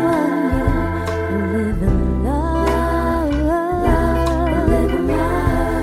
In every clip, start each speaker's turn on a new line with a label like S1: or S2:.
S1: one you live in love, live in love.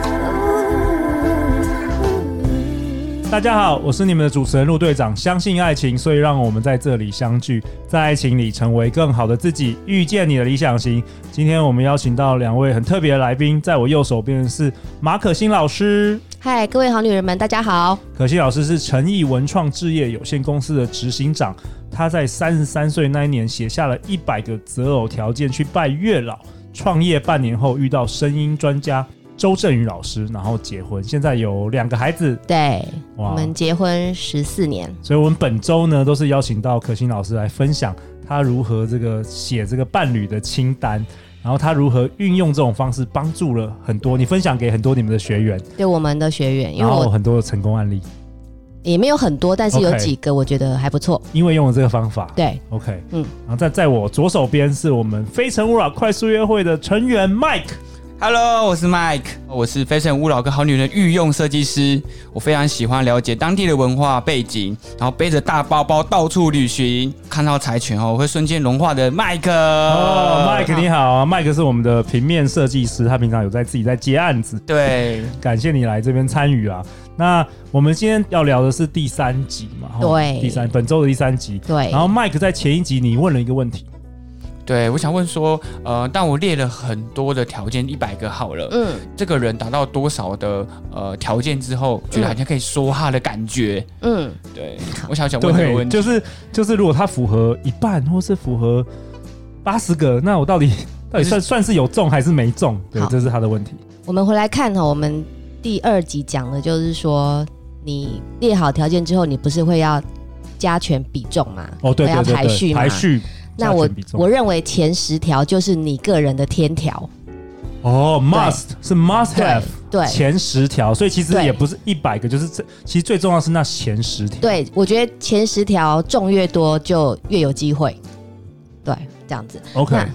S2: 大家好，我是你们的主持人陆队长。相信爱情，所以让我们在这里相聚，在爱情里成为更好的自己，遇见你的理想型。今天我们邀请到两位很特别的来宾，在我右手边的是马可欣老师。
S3: 嗨，各位好女人们，大家好。
S2: 可欣老师是诚毅文创置业有限公司的执行长，他在三十三岁那一年写下了一百个择偶条件去拜月老。创业半年后遇到声音专家周振宇老师，然后结婚，现在有两个孩子。
S3: 对，
S2: 哇
S3: 我们结婚十四年，
S2: 所以我们本周呢都是邀请到可心老师来分享他如何这个写这个伴侣的清单，然后他如何运用这种方式帮助了很多你分享给很多你们的学员，
S3: 对我们的学员，因为
S2: 然后
S3: 我
S2: 很多的成功案例，
S3: 也没有很多，但是有
S2: 哦 OK
S3: 几个我觉得还不错。
S2: 因为用了这个方法。
S3: 对，
S2: OK，嗯
S3: 嗯，
S2: 然后在在我左手边是我们非诚勿扰快速约会的成员 Mike，
S4: Hello，我是 Mike，我是非诚勿扰跟好女人御用设计师。我非常喜欢了解当地的文化背景，然后背着大包包到处旅行，看到柴犬后我会瞬间融化的 Mike。
S2: 哦、
S4: 哦
S2: m i k e 你好啊，Mike 是我们的平面设计师，他平常有在自己在接案子，
S4: 对，
S2: 感谢你来这边参与啊。那我们今天要聊的是第三集嘛？吼
S3: 对
S2: 第三本周的第三集。
S3: 对
S2: 然后 Mike 在前一集你问了一个问题，
S4: 对，我想问说，呃，但我列了很多的条件，一百个好了，
S3: 嗯，
S4: 这个人达到多少的呃条件之后，觉得好像可以说话的感觉？
S3: 嗯，
S4: 对，我想想问这个问题，
S2: 就是就是，如果他符合一半，或是符合八十个，那我到底到底算算是有中还是没中？对，
S3: 好
S2: 这是他的问题。
S3: 我们回来看哈，我们第二集讲的就是说，你列好条件之后，你不是会要加权比重吗？
S2: 哦，对
S3: 会
S2: 对
S3: 要
S2: 对
S3: 排
S2: 对，
S3: 序嘛。
S2: 排序。
S3: 那
S2: 加
S3: 我
S2: 权比重
S3: 我认为前十条就是你个人的天条，
S2: 哦，must 是 must
S3: 对
S2: have
S3: 对
S2: 前十条，所以其实
S3: 对
S2: 也不是一百个，就是这其实最重要是那前十条。
S3: 对，我觉得前十条中越多就越有机会，对，这样子。
S2: ，OK，
S3: 那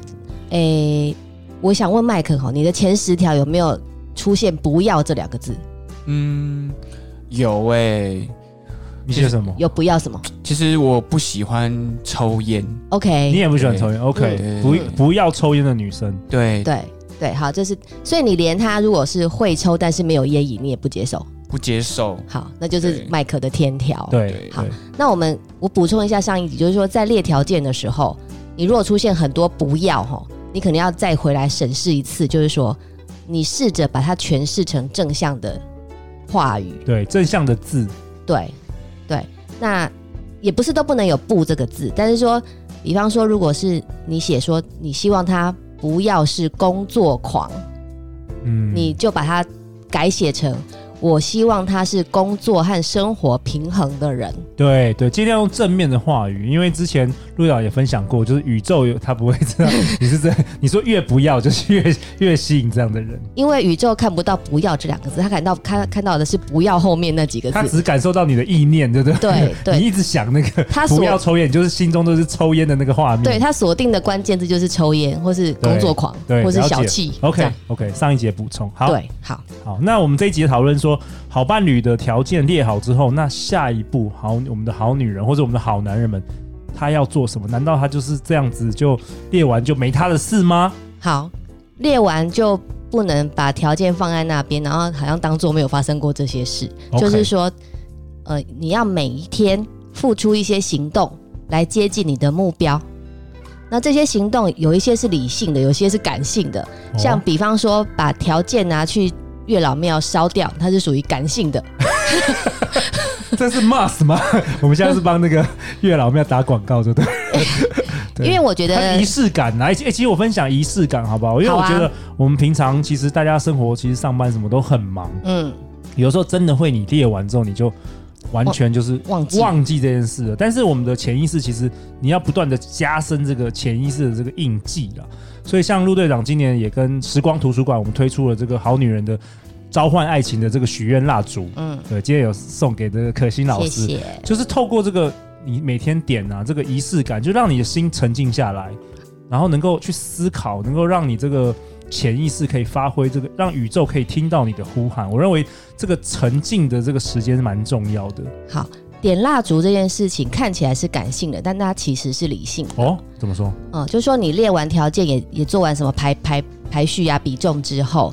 S3: 诶、我想问麦克哈，你的前十条有没有出现“不要”这两个字？
S4: 嗯，有哎、
S2: 你写什么？
S3: 有“不要”什么
S4: 其实我不喜欢抽烟，
S2: 你
S3: ？OK，
S2: 也不喜欢抽烟，OK？
S4: 对
S2: 不不要抽烟的女生，
S3: 哦
S4: 对，
S3: 对对，好，这是所以你连他如果是会抽但是没有烟瘾，你也不接受。
S4: 不接受。
S3: 好，那就是
S4: 对
S3: 麦克的天条。
S2: 对
S3: 好
S2: 对，
S3: 那我们我补充一下上一集，就是说在列条件的时候，你如果出现很多“不要”哈，你可能要再回来审视一次，就是说你试着把它诠释成正向的话语。
S2: 对正向的字，
S3: 对，对，那也不是都不能有“不”这个字，但是说，比方说，如果是你写说你希望他不要是工作狂，
S2: 嗯，
S3: 你就把它改写成我希望他是工作和生活平衡的人。
S2: 对对，尽量用正面的话语，因为之前陆导也分享过，就是宇宙有他不会 知道你是这，你说越不要就是越越吸引这样的人，
S3: 因为宇宙看不到“不要”这两个字，他看到看看到的是“不要”后面那几个
S2: 他
S3: 字。
S2: 只感受到你的意念，对不对？
S3: 对 对
S2: 你一直想那个
S3: 他所
S2: 不要抽烟，就是心中都是抽烟的那个画面，
S3: 对他锁定的关键字就是抽烟，或是工作狂，
S2: 对，
S3: 或是
S2: 了解
S3: 小气。这
S2: OK
S3: 样
S2: OK，上一节补充好，
S3: 对，好，
S2: 好，那我们这一集讨论说，好伴侣的条件列好之后，那下一步好，我们的好女人或者我们的好男人们，他要做什么？难道他就是这样子就列完就没他的事吗？
S3: 好，列完就不能把条件放在那边，然后好像当做没有发生过这些事。
S2: OK
S3: 就是说，呃，你要每一天付出一些行动来接近你的目标。那这些行动有一些是理性的，有些是感性的。像
S2: 哦
S3: 比方说，把条件拿去月老庙烧掉，它是属于感性的。
S2: 哦这是 must 吗？ 我们现在是帮那个月老庙打广告，对不 对？对
S3: 因为我觉
S2: 它
S3: 得
S2: 仪，式感来、啊，哎、其实我分享仪式感好不好？因为
S3: 好
S2: 我
S3: 啊
S2: 觉得我们平常其实大家生活其实上班什么都很忙，
S3: 嗯，
S2: 有时候真的会你列完之后你就完全就是
S3: 忘记
S2: 忘记这件事了。但是我们的潜意识其实你要不断的加深这个潜意识的这个印记啦。所以像陆队长今年也跟时光图书馆我们推出了这个好女人的召唤爱情的这个许愿蜡烛，
S3: 嗯，
S2: 对，今天有送给这个可心老
S3: 谢
S2: 师，
S3: 谢。
S2: 就是透过这个你每天点啊这个仪式感，就让你的心沉静下来。然后能够去思考，能够让你这个潜意识可以发挥这个，让宇宙可以听到你的呼喊。我认为这个沉浸的这个时间蛮重要的
S3: 好，点蜡烛这件事情看起来是感性的，但它其实是理性的。
S2: 哦。怎么说？
S3: 嗯，就是说你列完条件也，也做完什么排排排序啊、比重之后，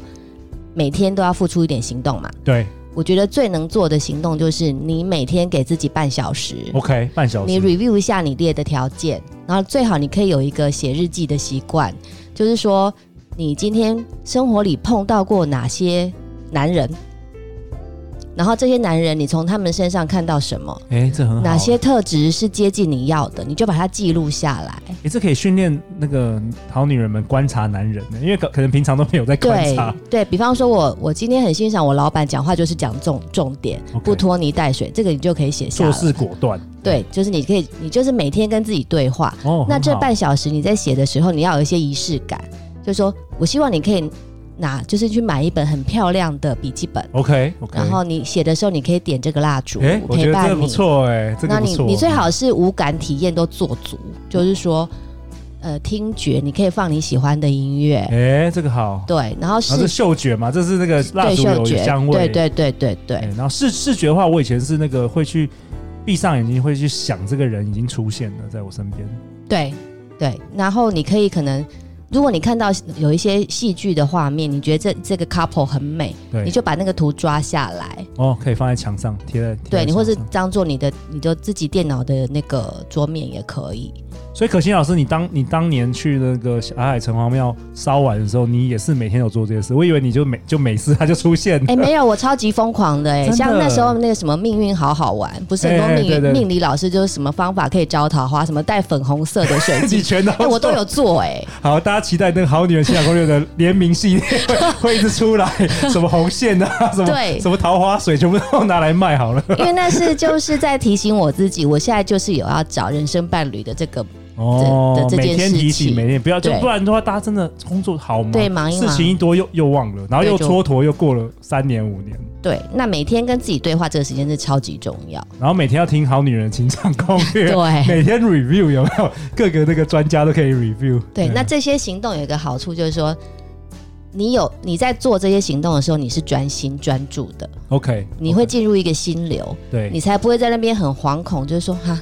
S3: 每天都要付出一点行动嘛。
S2: 对
S3: 我觉得最能做的行动就是你每天给自己半小时，
S2: ，OK，半小
S3: 你
S2: 时。
S3: review 一下你列的条件，然后最好你可以有一个写日记的习惯，就是说你今天生活里碰到过哪些男人，然后这些男人你从他们身上看到什么，
S2: 哎，这很好。
S3: 哪些？特质是接近你要的，你就把它记录下来。
S2: 哎，这可以训练那个好女人们观察男人，因为可可能平常都没有在观
S3: 对
S2: 察。
S3: 对，比方说我我今天很欣赏我老板讲话就是讲重重点
S2: OK
S3: 不拖泥带水，这个你就可以写下
S2: 做
S3: 来。
S2: 事果断。
S3: 对，就是你可以，你就是每天跟自己对话。
S2: 哦，
S3: 那
S2: 很
S3: 这
S2: 好
S3: 半小时你在写的时候，你要有一些仪式感，就是说我希望你可以拿，就是去买一本很漂亮的笔记本，
S2: OK OK。
S3: 然后你写的时候你可以点这个蜡烛、
S2: 哎，我觉
S3: 陪
S2: 得这
S3: 伴
S2: 个不
S3: 你。
S2: 错哎，这个
S3: 那
S2: 不
S3: 你
S2: 错。
S3: 你最好是五感体验都做足，就是说，呃，听觉你可以放你喜欢的音乐，
S2: 哎，这个好。
S3: 对，然后
S2: 然后
S3: 视
S2: 这嗅觉嘛，这是那个蜡
S3: 对
S2: 烛
S3: 嗅
S2: 有
S3: 觉，
S2: 香味。
S3: 对对对对对。
S2: 哎然后视视觉的话，我以前是那个会去闭上眼睛会去想这个人已经出现了在我身边。
S3: 对对，然后你可以可能，如果你看到有一些戏剧的画面，你觉得这这个 couple 很美，
S2: 对
S3: 你就把那个图抓下来，
S2: 哦，可以放在墙上贴在。贴在
S3: 对你或是
S2: 墙上
S3: 当做你的，你就自己电脑的那个桌面也可以。
S2: 所以可心老师，你当你当年去那个阿海城隍庙烧完的时候，你也是每天有做这些事。我以为你就每就每次他就出现。
S3: 哎，没有，我超级疯 狂的
S2: 真
S3: 哎、
S2: 的
S3: 像那时候那个什么命运好好玩，不是很多
S2: 哎哎
S3: 命
S2: 对对
S3: 运命理老师就是什么方法可以招桃花，什么带粉红色的水
S2: 你
S3: 晶。
S2: 全都、
S3: 哎、我都 有。做哎、
S2: 好，大家期待那个《好女人情感攻略》的联名系列会 会一直出来，什么红线啊，什么
S3: 对
S2: 什么桃花水，全部都拿来卖好 了。
S3: 因为那是就是在提醒我自己，我现在就是有要找人生伴侣的这个
S2: 哦
S3: 的，这件
S2: 每天提
S3: 事
S2: 醒，
S3: 情
S2: 每天不要，就
S3: 对
S2: 不然的话，大家真的工作好忙，
S3: 对忙一
S2: 事
S3: 忙
S2: 情一多又又忘了，然后
S3: 对
S2: 又
S3: 就
S2: 蹉跎，又过了三年五年，
S3: 对，那每天跟自己对话这个时间是超级重 要。
S2: 然后每天要听《好女人情场攻略》，
S3: 对
S2: 每天 review 有没有？各个那个专家都可以 review。
S3: 对，那这些行动有一个好处就是说，你有你在做这些行动的时候，你是专心专注的，
S2: OK，
S3: 你会进入一个心流，
S2: 对
S3: 你才不会在那边很惶恐，就是说哈，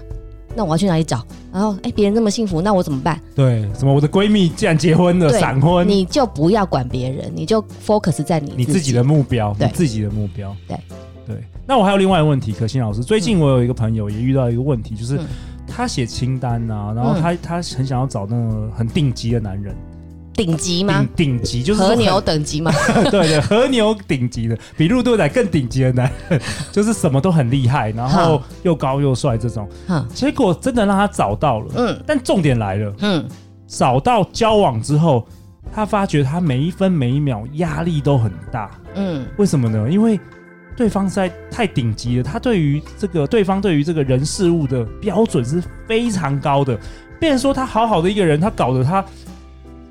S3: 那我要去哪里找？然后哎，别人那么幸福，那我怎么办？
S2: 对什么？我的闺蜜竟然结婚了，
S3: 对
S2: 闪婚，
S3: 你就不要管别人，你就 focus 在你
S2: 嗯你自己的目标，你
S3: 对
S2: 自己的目标，
S3: 对
S2: 对。那我还有另外一个问题，可心老师，最近我有一个朋友也遇到一个问题，就是
S3: 嗯
S2: 他写清单啊，然后他他很想要找那种很顶级的男人，
S3: 顶级吗
S2: 顶？顶级就是说
S3: 和
S2: 很
S3: 牛，等级吗？
S2: 对对，和牛顶级的，比陆队仔更顶级的男人，就是什么都很厉害，然后又高又帅这种，
S3: 哈，
S2: 结果真的让他找到了。
S3: 嗯
S2: 但重点来了，
S3: 嗯，
S2: 找到交往之后，他发觉他每一分每一秒压力都很大。
S3: 嗯，
S2: 为什么呢？因为对方实在太顶级了，他对于这个对方对于这个人事物的标准是非常高的。变成说他好好的一个人，他搞得他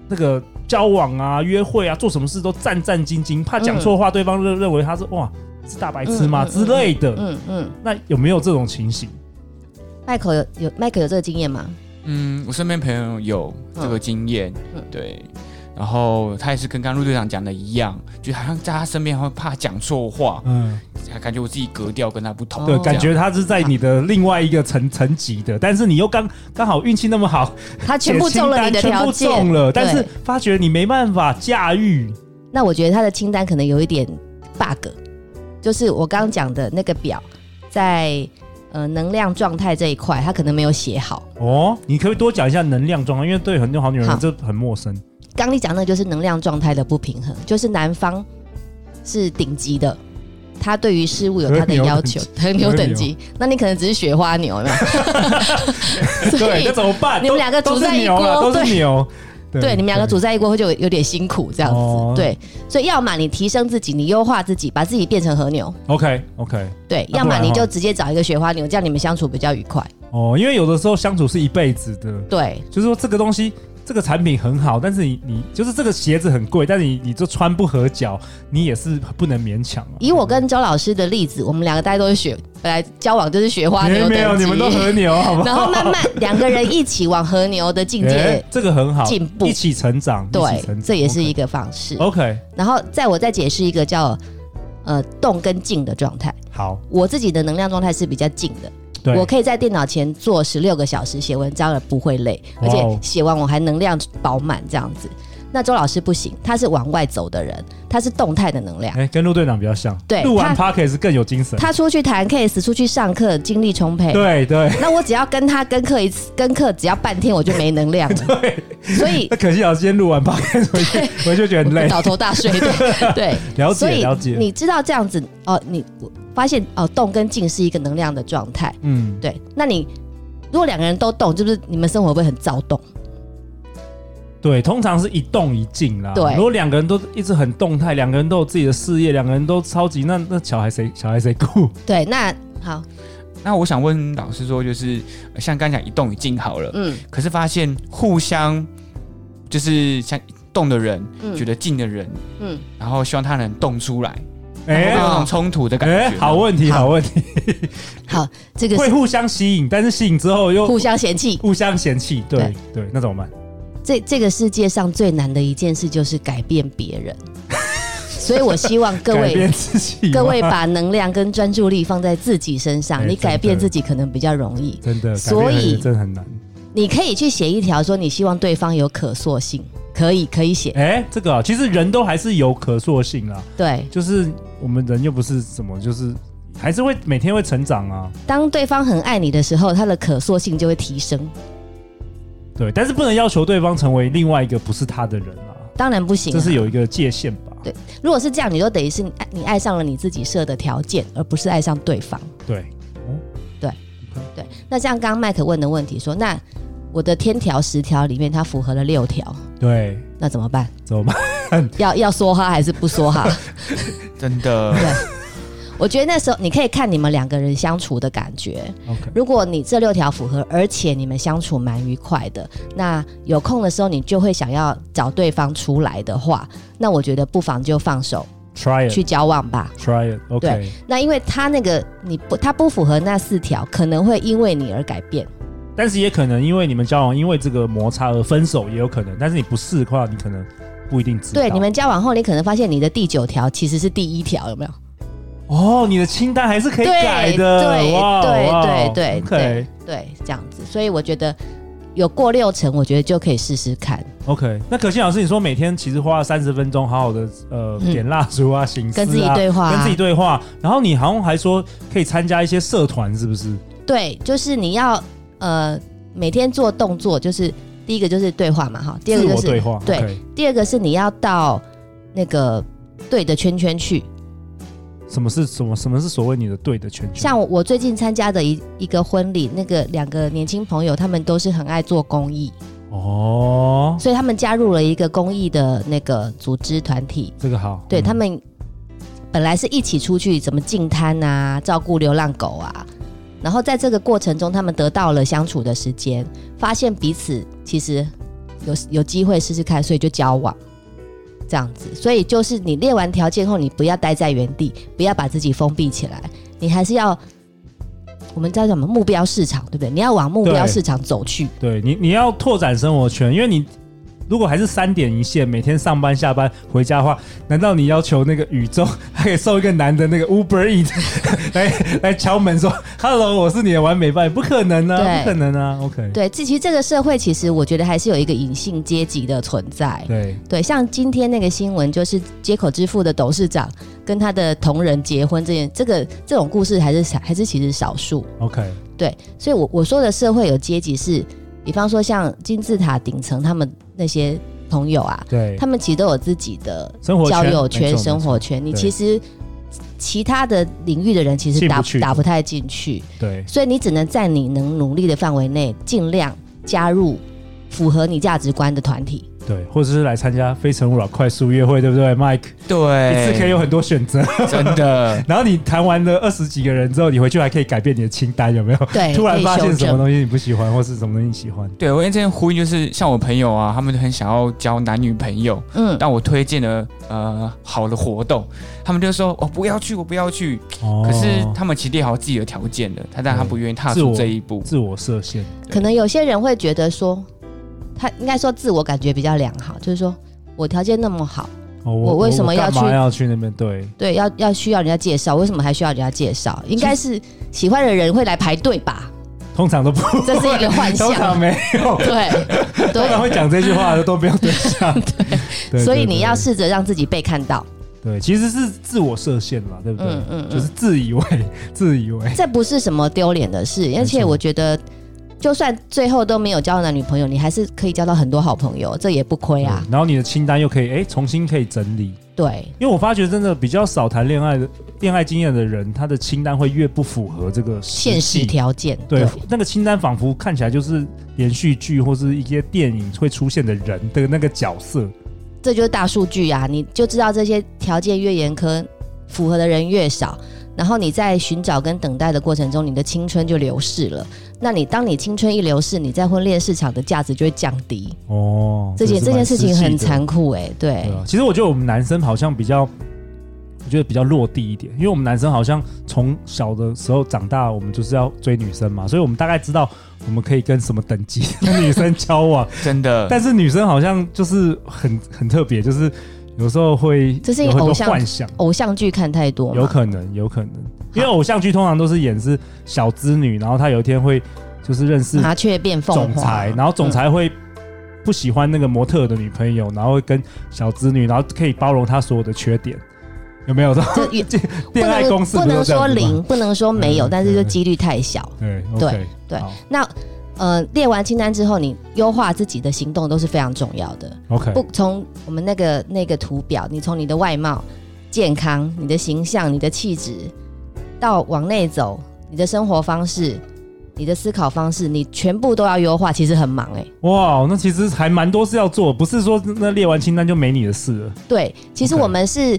S2: 那个交往啊、约会啊、做什么事都战战兢兢，怕讲错话，对方认认为他是哇是大白痴吗、
S3: 嗯嗯嗯嗯
S2: 之类的。
S3: 嗯嗯，
S2: 那有没有这种情形？
S3: 麦克有有麦克有这个经验吗？
S4: 嗯，我身边朋友有这个经验，
S3: 嗯
S4: 对。然后他也是跟刚陆队长讲的一样，就好像在他身边会怕讲错话，
S2: 嗯，
S4: 感觉我自己格调跟他不同。
S3: 哦
S2: 对，
S4: 这样
S2: 感觉他是在你的另外一个层层级的，但是你又刚刚好运气那么好，
S3: 他 全部中了你的
S2: 全
S3: 条
S2: 部
S3: 件，
S2: 中了，
S3: 对
S2: 但是发觉你没办法驾驭。
S3: 那我觉得他的清单可能有一点 bug，就是我刚刚讲的那个表，在呃能量状态这一块，他可能没有写好。
S2: 哦，你可不可以多讲一下能量状况？因为对很多好女人
S3: 好
S2: 这很陌生。
S3: 刚你讲那个就是能量状态的不平衡，就是男方是顶级的，他对于事物有他的 要求，很牛等级。那你可能只是雪花牛了， 所
S2: 对，
S3: 以
S2: 那怎么办？
S3: 你们
S2: 都
S3: 两个
S2: 都
S3: 煮
S2: 是
S3: 在一
S2: 牛啊
S3: 锅
S2: 都是
S3: 对
S2: 牛。
S3: 对你们两个组在一锅就有有点辛苦这样子。
S2: 哦
S3: 对，所以要么你提升自己，你优化自己，把自己变成和牛。
S2: OK OK
S3: 对，
S2: 那
S3: 要
S2: 不然
S3: 么你
S2: 哈
S3: 就直接找一个雪花牛，这样你们相处比较愉快。
S2: 哦，因为有的时候相处是一辈子的，
S3: 对，
S2: 就是说这个东西。这个产品很好，但是你你就是这个鞋子很贵，但是你你就穿不合脚，你也是不能勉强啊。
S3: 以我跟周老师的例子，我们两个大家都是学，本来交往就是雪花
S2: 没
S3: 牛
S2: 有
S3: 等级，
S2: 没有，你们都和牛，好不好？
S3: 然后慢慢两个人一起往和牛的 境
S2: 哎
S3: 界，
S2: 这个很好，
S3: 进步
S2: 一起成长，一
S3: 对
S2: 起成长，
S3: 这也是一个方式。
S2: OK。OK，哦
S3: 然后再我再解释一个叫呃动跟静的状态。
S2: 好，
S3: 我自己的能量状态是比较静的，
S2: 对，
S3: 我可以在电脑前坐十六个小时写文章了，不会累，
S2: 哇
S3: 而
S2: 哦
S3: 且写完我还能量饱满这样子。那周老师不行，他是往外走的人，他是动态的能量。
S2: 哎，跟陆队长比较像，
S3: 对
S2: 录完 p
S3: 他
S2: o c k e t 是更有精神，
S3: 他出去谈 case，出去上课，精力充沛。
S2: 对对
S3: 那我只要跟他跟课一次，跟课只要半天我就没能量了，
S2: 对。
S3: 所以
S2: 那可惜老师今天录完 p o c a s t 回去回去觉得很累，
S3: 倒头大睡的。对，
S2: 了
S3: 所
S2: 解
S3: 以
S2: 了解，
S3: 你知道这样子哦，你我发现哦，动跟静是一个能量的状态。
S2: 嗯，
S3: 对，那你如果两个人都动，就是你们生活会不会很躁动？
S2: 对，通常是一动一静啦。
S3: 对
S2: 如果两个人都一直很动态，两个人都有自己的事业，两个人都超级，那那小孩谁小孩谁顾？
S3: 对，那好，
S4: 那我想问老师说，就是呃像刚才讲一动一静好了，
S3: 嗯
S4: 可是发现互相就是像动的人，
S3: 嗯
S4: 觉得静的人，
S3: 嗯，
S4: 然后希望他能动出来，会
S2: 哎
S4: 有那种冲突的感
S2: 哎
S4: 觉。，
S2: 好，问题
S3: 好
S2: 好问题，
S3: 好，这个
S2: 会
S3: 是
S2: 互相吸引，但是吸引之后又
S3: 互相嫌弃。
S2: 互相嫌弃，对对，那怎么办？
S3: 这这个世界上最难的一件事就是改变 别人，所以我希望各
S2: 改变
S3: 位。
S2: 自己吗，
S3: 各位把能量跟专注力放在自己身
S2: 哎
S3: 上，你改
S2: 真
S3: 变
S2: 的
S3: 自己可能比较容易。
S2: 真的，
S3: 所
S2: 改变
S3: 以
S2: 很真的很难。
S3: 你可以去写一条说你希望对方有可塑性，可以可以写。
S2: 哎，这个啊其实人都还是有可塑性啦，
S3: 对，
S2: 就是我们人又不是什么，就是还是会每天会成长啊，
S3: 当对方很爱你的时候，他的可塑性就会提升。
S2: 对，但是不能要求对方成为另外一个不是他的人啊，
S3: 当然不行、啊，
S2: 这是有一个界限吧？
S3: 对如果是这样，你就等于是你爱你爱上了你自己设的条件，而不是爱上对方。
S2: 对，
S3: 对，那像刚刚麦克问的问题说，那我的天条十条里面，它符合了六条，
S2: 对，
S3: 那怎么办？
S2: 怎 么办？
S3: 要要说哈还是不说 哈？
S4: 真的，
S3: 我觉得那时候你可以看你们两个人相处的感觉。
S2: OK
S3: 如果你这六条符合，而且你们相处蛮愉快的，那有空的时候你就会想要找对方出来的话，那我觉得不妨就放手
S2: Try it，
S3: 去交往吧。
S2: try it。OK，
S3: 对那因为他那个你不，他不符合那四条，可能会因为你而改变。
S2: 但是也可能因为你们交往，因为这个摩擦而分手也有可能。但是你不试的话，你可能不一定知道。
S3: 对，你们交往后，你可能发现你的第九条其实是第 一条，有没有？
S2: 哦，你的清单还是可以
S3: 对
S2: 改的。
S3: 对
S2: 哇
S3: 对
S2: 哇
S3: 对对
S2: OK
S3: 对，这样子，所以我觉得有过六成，我觉得就可以试试看，
S2: 啊 OK。那可心老师，你说每天其实花了三十分钟，好好的呃
S3: 嗯
S2: 点蜡烛啊，行思啊，
S3: 跟自己对话、
S2: 跟自己对话。然后你好像还说可以参加一些社团，是不是？
S3: 对，就是你要呃每天做动作，就是第一个就是对话嘛，哈，第二
S2: 自
S3: 个
S2: 我
S3: 就
S2: 对
S3: 是
S2: 话。
S3: 对
S2: OK
S3: 第二个是你要到那个对的圈圈去。
S2: 什么是什么？什么是所谓你的对的圈圈？
S3: 像我我最近参加的一一个婚礼，那个两个年轻朋友，他们都是很爱做公益，
S2: 哦，
S3: 所以他们加入了一个公益的那个组织团体。
S2: 这个好，
S3: 对、
S2: 嗯
S3: 他们本来是一起出去怎么进摊啊，照顾流浪狗啊，然后在这个过程中，他们得到了相处的时间，发现彼此其实有有机会试试看，所以就交往。这样子，所以就是你列完条件后，你不要待在原地，不要把自己封闭起来，你还是要我们叫什么目标市场，对不对？你要往目标
S2: 对
S3: 市场走去。
S2: 对你，你要拓展生活圈，因为你如果还是三点一线，每天上班下班回家的话，难道你要求那个宇宙还可以送一个男的那个 Uber Eat 来 来敲门说 “Hello，我是你的完美伴侣”？不可能啊，
S3: 对
S2: 不可能啊。OK，
S3: 对，这其实这个社会其实我觉得还是有一个隐性阶级的存在。
S2: 对
S3: 对，像今天那个新闻，就是接口支付的董事长跟他的同仁结婚这件，这个这种故事还是还是其实少数。
S2: ，OK，
S3: 对，所以我我说的社会有阶级是，比方说像金字塔顶层他们那些朋友啊，
S2: 对
S3: 他，们其实都有自己的
S2: 生活
S3: 交友
S2: 没
S3: 圈、
S2: 错
S3: 生活圈，你
S2: 对
S3: 其实其他的领域的人其实
S2: 进不
S3: 打
S2: 去
S3: 打不太进去，
S2: 没错对
S3: 所以你只能在你能努力的范围内，尽量加入符合你价值观的团体。
S2: 对对，或者是来参加《非诚勿扰》快速约会，对不对，Mike？
S4: 对，
S2: 一次可以有很多选择。。
S4: 真的
S2: 然后你谈完了二十几个人之后，你回去还可以改变你的清单，有没有？
S3: 对
S2: 突然发
S3: 哎可以
S2: 现
S3: 修正
S2: 什么东西你不喜欢，或是什么东西你喜欢。
S4: 对，我因为这样呼应就是像我朋友啊，他们很想要交男女朋友，
S3: 嗯，
S4: 但我推荐了呃好的活动，他们就说我、不要去，我不要去。
S2: 哦
S4: 可是他们其实列好自己的条件了，他但他不愿意踏
S2: 自
S4: 出
S2: 我
S4: 这一步。
S2: 自我设限，
S3: 可能有些人会觉得说，他应该说自我感觉比较良好，就是说我条件那么好，
S2: 哦
S3: 我为什么要
S2: 干嘛
S3: 去
S2: 要去那边？对，
S3: 对，要要需要人家介绍，为什么还需要人家介绍？应该是喜欢的人会来排队 吧？
S2: 通常都不，
S3: 这是一个幻
S2: 通常
S3: 想，
S2: 没有，
S3: 对
S2: 通常
S3: 对。
S2: 会讲这句话的都没有对 象。对
S3: 所以你要
S2: 是。
S3: 试着让自己被看到，
S2: 对，其实是自我设限嘛，对不对？
S3: 嗯嗯嗯
S2: 就是自以为， 自以为，
S3: 这不是什么丢脸的事，而且
S2: 错
S3: 我觉得，就算最后都没有交到男女朋友，你还是可以交到很多好朋友，这也不亏啊。
S2: 然后你的清单又可以哎重新可以整理，
S3: 对，
S2: 因为我发觉真的比较少谈恋爱的恋爱经验的人，他的清单会越不符合这个际
S3: 现实。条件，
S2: 对，那个清单仿佛看起来就是连续剧或是一些电影会出现的人的那个角色，
S3: 这就是大数据啊，你就知道这些条件越严苛，符合的人越少，然后你在寻找跟等待的过程中，你的青春就流逝了。那你当你青春一流逝，你在婚恋市场的价值就会降低。
S2: 哦，
S3: 这件
S2: 是
S3: 这件事情
S2: 蛮
S3: 很
S2: 实际的
S3: 残酷哎、对
S2: 对啊，其实我觉得我们男生好像比较，我觉得比较落地一点，因为我们男生好像从小的时候长大，我们就是要追女生嘛，所以我们大概知道我们可以跟什么等级的女生交 往，
S4: 真的，
S2: 但是女生好像就是很很特别，就是有时候会
S3: 这是一
S2: 有
S3: 个
S2: 很多
S3: 偶像
S2: 幻想。
S3: 偶像剧看太多嘛
S2: 有可能，有可能，因为偶像剧通常都是演是小资女，然后她有一天会就是认识
S3: 麻雀变凤
S2: 总
S3: 凰，
S2: 裁，然后总裁会不喜欢那个模特儿的女朋友，然后会跟小资女，然后可以包容她所有的缺点，有没有？
S3: 这也不
S2: 恋爱公
S3: 能
S2: 式
S3: 不
S2: 是都
S3: 能
S2: 这样
S3: 说
S2: 子吗，
S3: 零，不能说没有，
S2: 嗯
S3: 但是就
S2: 嗯
S3: 几率太小。
S2: 对
S3: 对
S2: OK，
S3: 对
S2: 好
S3: 那呃，列完清单之后，你优化自己的行动都是非常重要的。
S2: ，OK，
S3: 不从我们那个那个图表，你从你的外貌、健康、你的形象、你的气质，到往内走，你的生活方式、你的思考方式，你全部都要优化，其实很忙哎、
S2: 哇，那其实还蛮多事要做，不是说那列完清单就没你的事了。
S3: 对，其实
S2: OK
S3: 我们是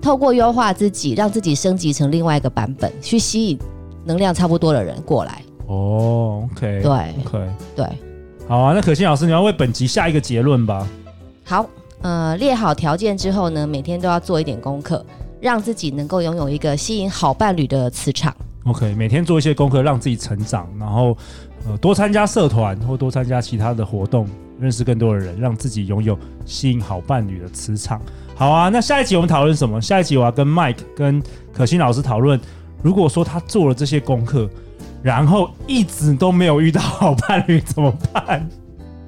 S3: 透过优化自己，让自己升级成另外一个版本，去吸引能量差不多的人过来。
S2: 哦，OK，
S3: 对
S2: ，OK，
S3: 对，
S2: 好啊，那可心老师，你要为本集下一个结论吧？
S3: 好，呃，列好条件之后呢，每天都要做一点功课，让自己能够拥有一个吸引好伴侣的磁场。
S2: OK，每天做一些功课，让自己成长，然后呃多参加社团或多参加其他的活动，认识更多的人，让自己拥有吸引好伴侣的磁场。好啊，那下一集我们讨论什么？下一集我要跟 Mike 跟可心老师讨论，如果说他做了这些功课，然后一直都没有遇到好伴侣怎么办？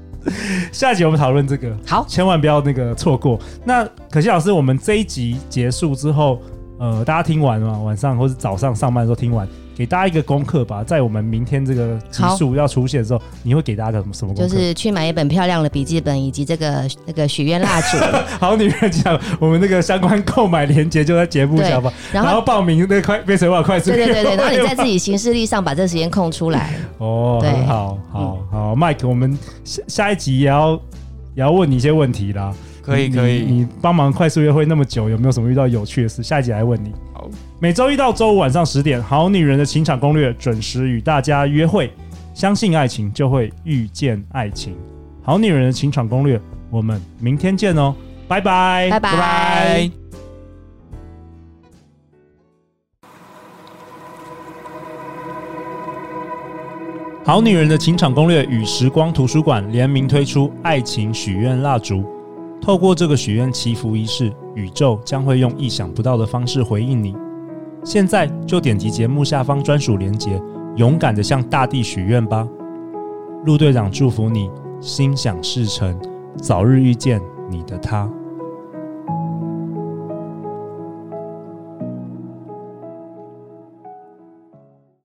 S2: 下一集我们讨论这个。
S3: 好，
S2: 千万不要那个错过。那可惜老师，我们这一集结束之后，呃，大家听完嘛，晚上或是早上上班的时候听完，给大家一个功课吧，在我们明天这个集数要出现的时候，你会给大家什么什么功
S3: 就
S2: 课？
S3: 是去买一本漂亮的笔记本，以及这个那个许愿蜡 烛，
S2: 好女人讲，我们那个相关购买链接就在节目下方，
S3: 然
S2: 然后
S3: 后。
S2: 报名那个快变成我快速哎
S3: 对对 对对， 然后你在自己行事历上把这时间空出来。
S2: 哦，
S3: 对嗯
S2: 很好，好好，Mike，我们下下一集也要也要问你一些问题啦。
S4: 可以
S2: 你
S4: 可
S2: 你
S4: 以，
S2: 你帮忙快速约会那么久，有没有什么遇到有趣的事？下一集来问你。
S4: 好
S2: 每周一到周五晚上十点，《好女人的情场攻略》准时与大家约会。相信爱情，就会遇见爱情。《好女人的情场攻略》，我们明天见哦，拜拜，
S3: 拜拜
S4: 拜拜。
S2: 好女人的情场攻略与时光图书馆联名推出爱情许愿蜡烛，透过这个许愿祈福仪式，宇宙将会用意想不到的方式回应你。现在就点击节目下方专属链接，勇敢的向大地许愿吧！陆队长祝福你心想事成，早日遇见你的他。